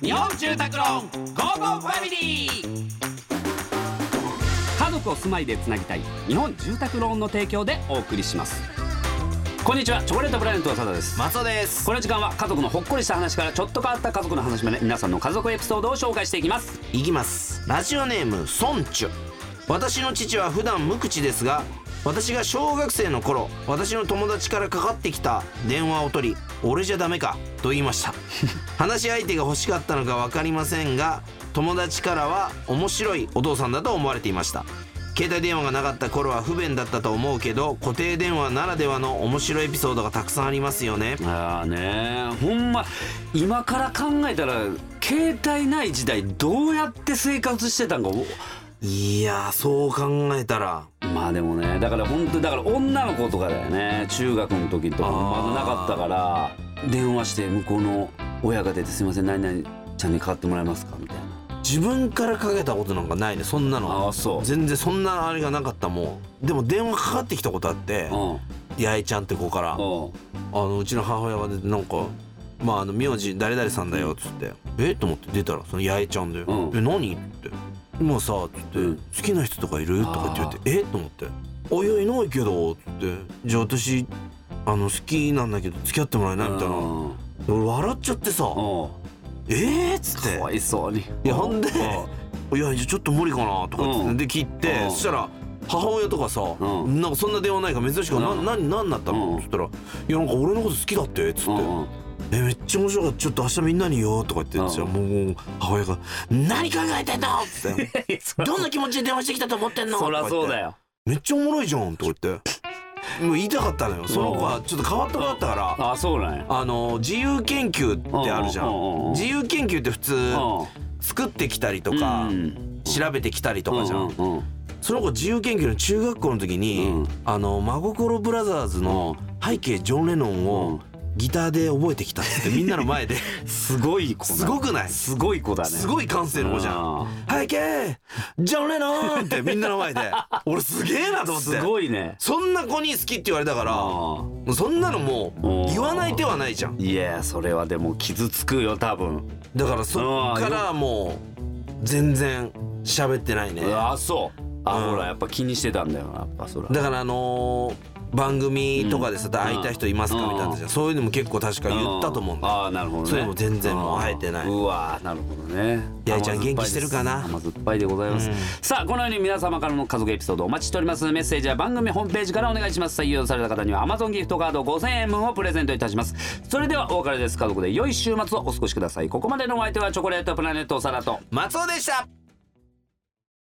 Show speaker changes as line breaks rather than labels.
日本住宅ローンゴーゴーファミリー家族を住まいでつなぎたい日本住宅ローンの提供でお送りしますこんにちはチョコレートプラネットの佐田です
松尾です
この時間は家族のほっこりした話からちょっと変わった家族の話まで皆さんの家族エピソードを紹介していきます
いきますラジオネームソンチュ私の父は普段無口ですが私が小学生の頃私の友達からかかってきた電話を取り「俺じゃダメか」と言いました話し相手が欲しかったのか分かりませんが友達からは面白いお父さんだと思われていました携帯電話がなかった頃は不便だったと思うけど固定電話ならではの面白いエピソードがたくさんありますよね
ああねほんま今から考えたら携帯ない時代どうやって生活してたんか
いやーそう考えたら
まあでもねだから本当だから女の子とかだよね中学の時とか
あー
まだなかったから電話して向こうの親が出て「すいません何々ちゃんに代わってもらえますか?」みたいな
自分からかけたことなんかないねそんなの
ああそう
全然そんなあれがなかったもんでも電話かかってきたことあって
うん
八重ちゃんって子からあ
うん
のうちの母親が出てなんか「まああの名字誰々さんだよ」っつって「えっ?」と思って出たらその八重ちゃんで
う
「
ん
え何?」って「今さ」っつって
うん
「好きな人とかいる?」とかって言って「えっ?」と思って「あいやいないけど」っつって「じゃあ私あの好きなんだけど付き合ってもらえない?」みたいな
う
で
ん
俺笑っちゃってさ
うん
「えっ?」っつって
かわいそうに
いやほんで「いやじゃあちょっと無理かな」とかっ
う
て
ん
で切
う
って
ん
そしたら母親とかさ「
うん
なんかそんな電話ないから珍しくな
うん
何何なった
う
の?」
ん
っつったら「いやなんか俺のこと好きだって」っつって
うんうん
「えめっちゃ面白かったちょっと明日みんなに言おう」とか言ってじゃあ
うん
もうもう母親が「何考えてんの?」っつって
いやそ
「どんな気持ちで電話してきたと思ってんの?」
そりゃそうだ
よ
よ
めっちゃおもろいじゃん」とか言ってもう言いたかったのよその子はちょっと変わった子だったから。
あそうなんや
あの自由研究ってあるじ
う
ゃ
んうんうんうん
ん自由研究って普通作ってきたりとか、
うん
調べてきたりと
う
か
ん
じゃん、
うんうん
その子自由研究の中学校の時に、
うん
あの真心ブラザーズの背景ジョン・レノン
う
を
ん
ギターで覚えてきたっつってみんなの前で
すごい子だ
すごくない
すごい子だね
すごい感性の子じゃん
あ
背景ジョン・レノンってみんなの 前で俺すげえな
ー
と思って
すごいね
そんな子に好きって言われたから
あー
そんなのも
うん
う言わない手はないじゃん
いやそれはでも傷つくよ多分
だからそっからもう全然喋ってないね
あそうあ、
うん
ほらやっぱ気にしてたんだよなやっぱそれ
だからあのー番組とかでさ「会いたい人いますか?」
う
み
ん
たいなのあったじゃんそういうのも結構確か言ったと思うんだ
ああなるほどね
それも全然もう会えてないう
わーなるほどね
八重ちゃん
甘酸っぱい
元気してるかな
です甘酸っぱいでございます、
うん
さあこのように皆様からの家族エピソードお待ちしておりますメッセージは番組ホームページからお願いします採用された方には Amazon ギフトカード5000円分をプレゼントいたしますそれではお別れです家族で良い週末をお過ごしくださいここまでのお相手はチョコレートプラネットサラと
松尾でした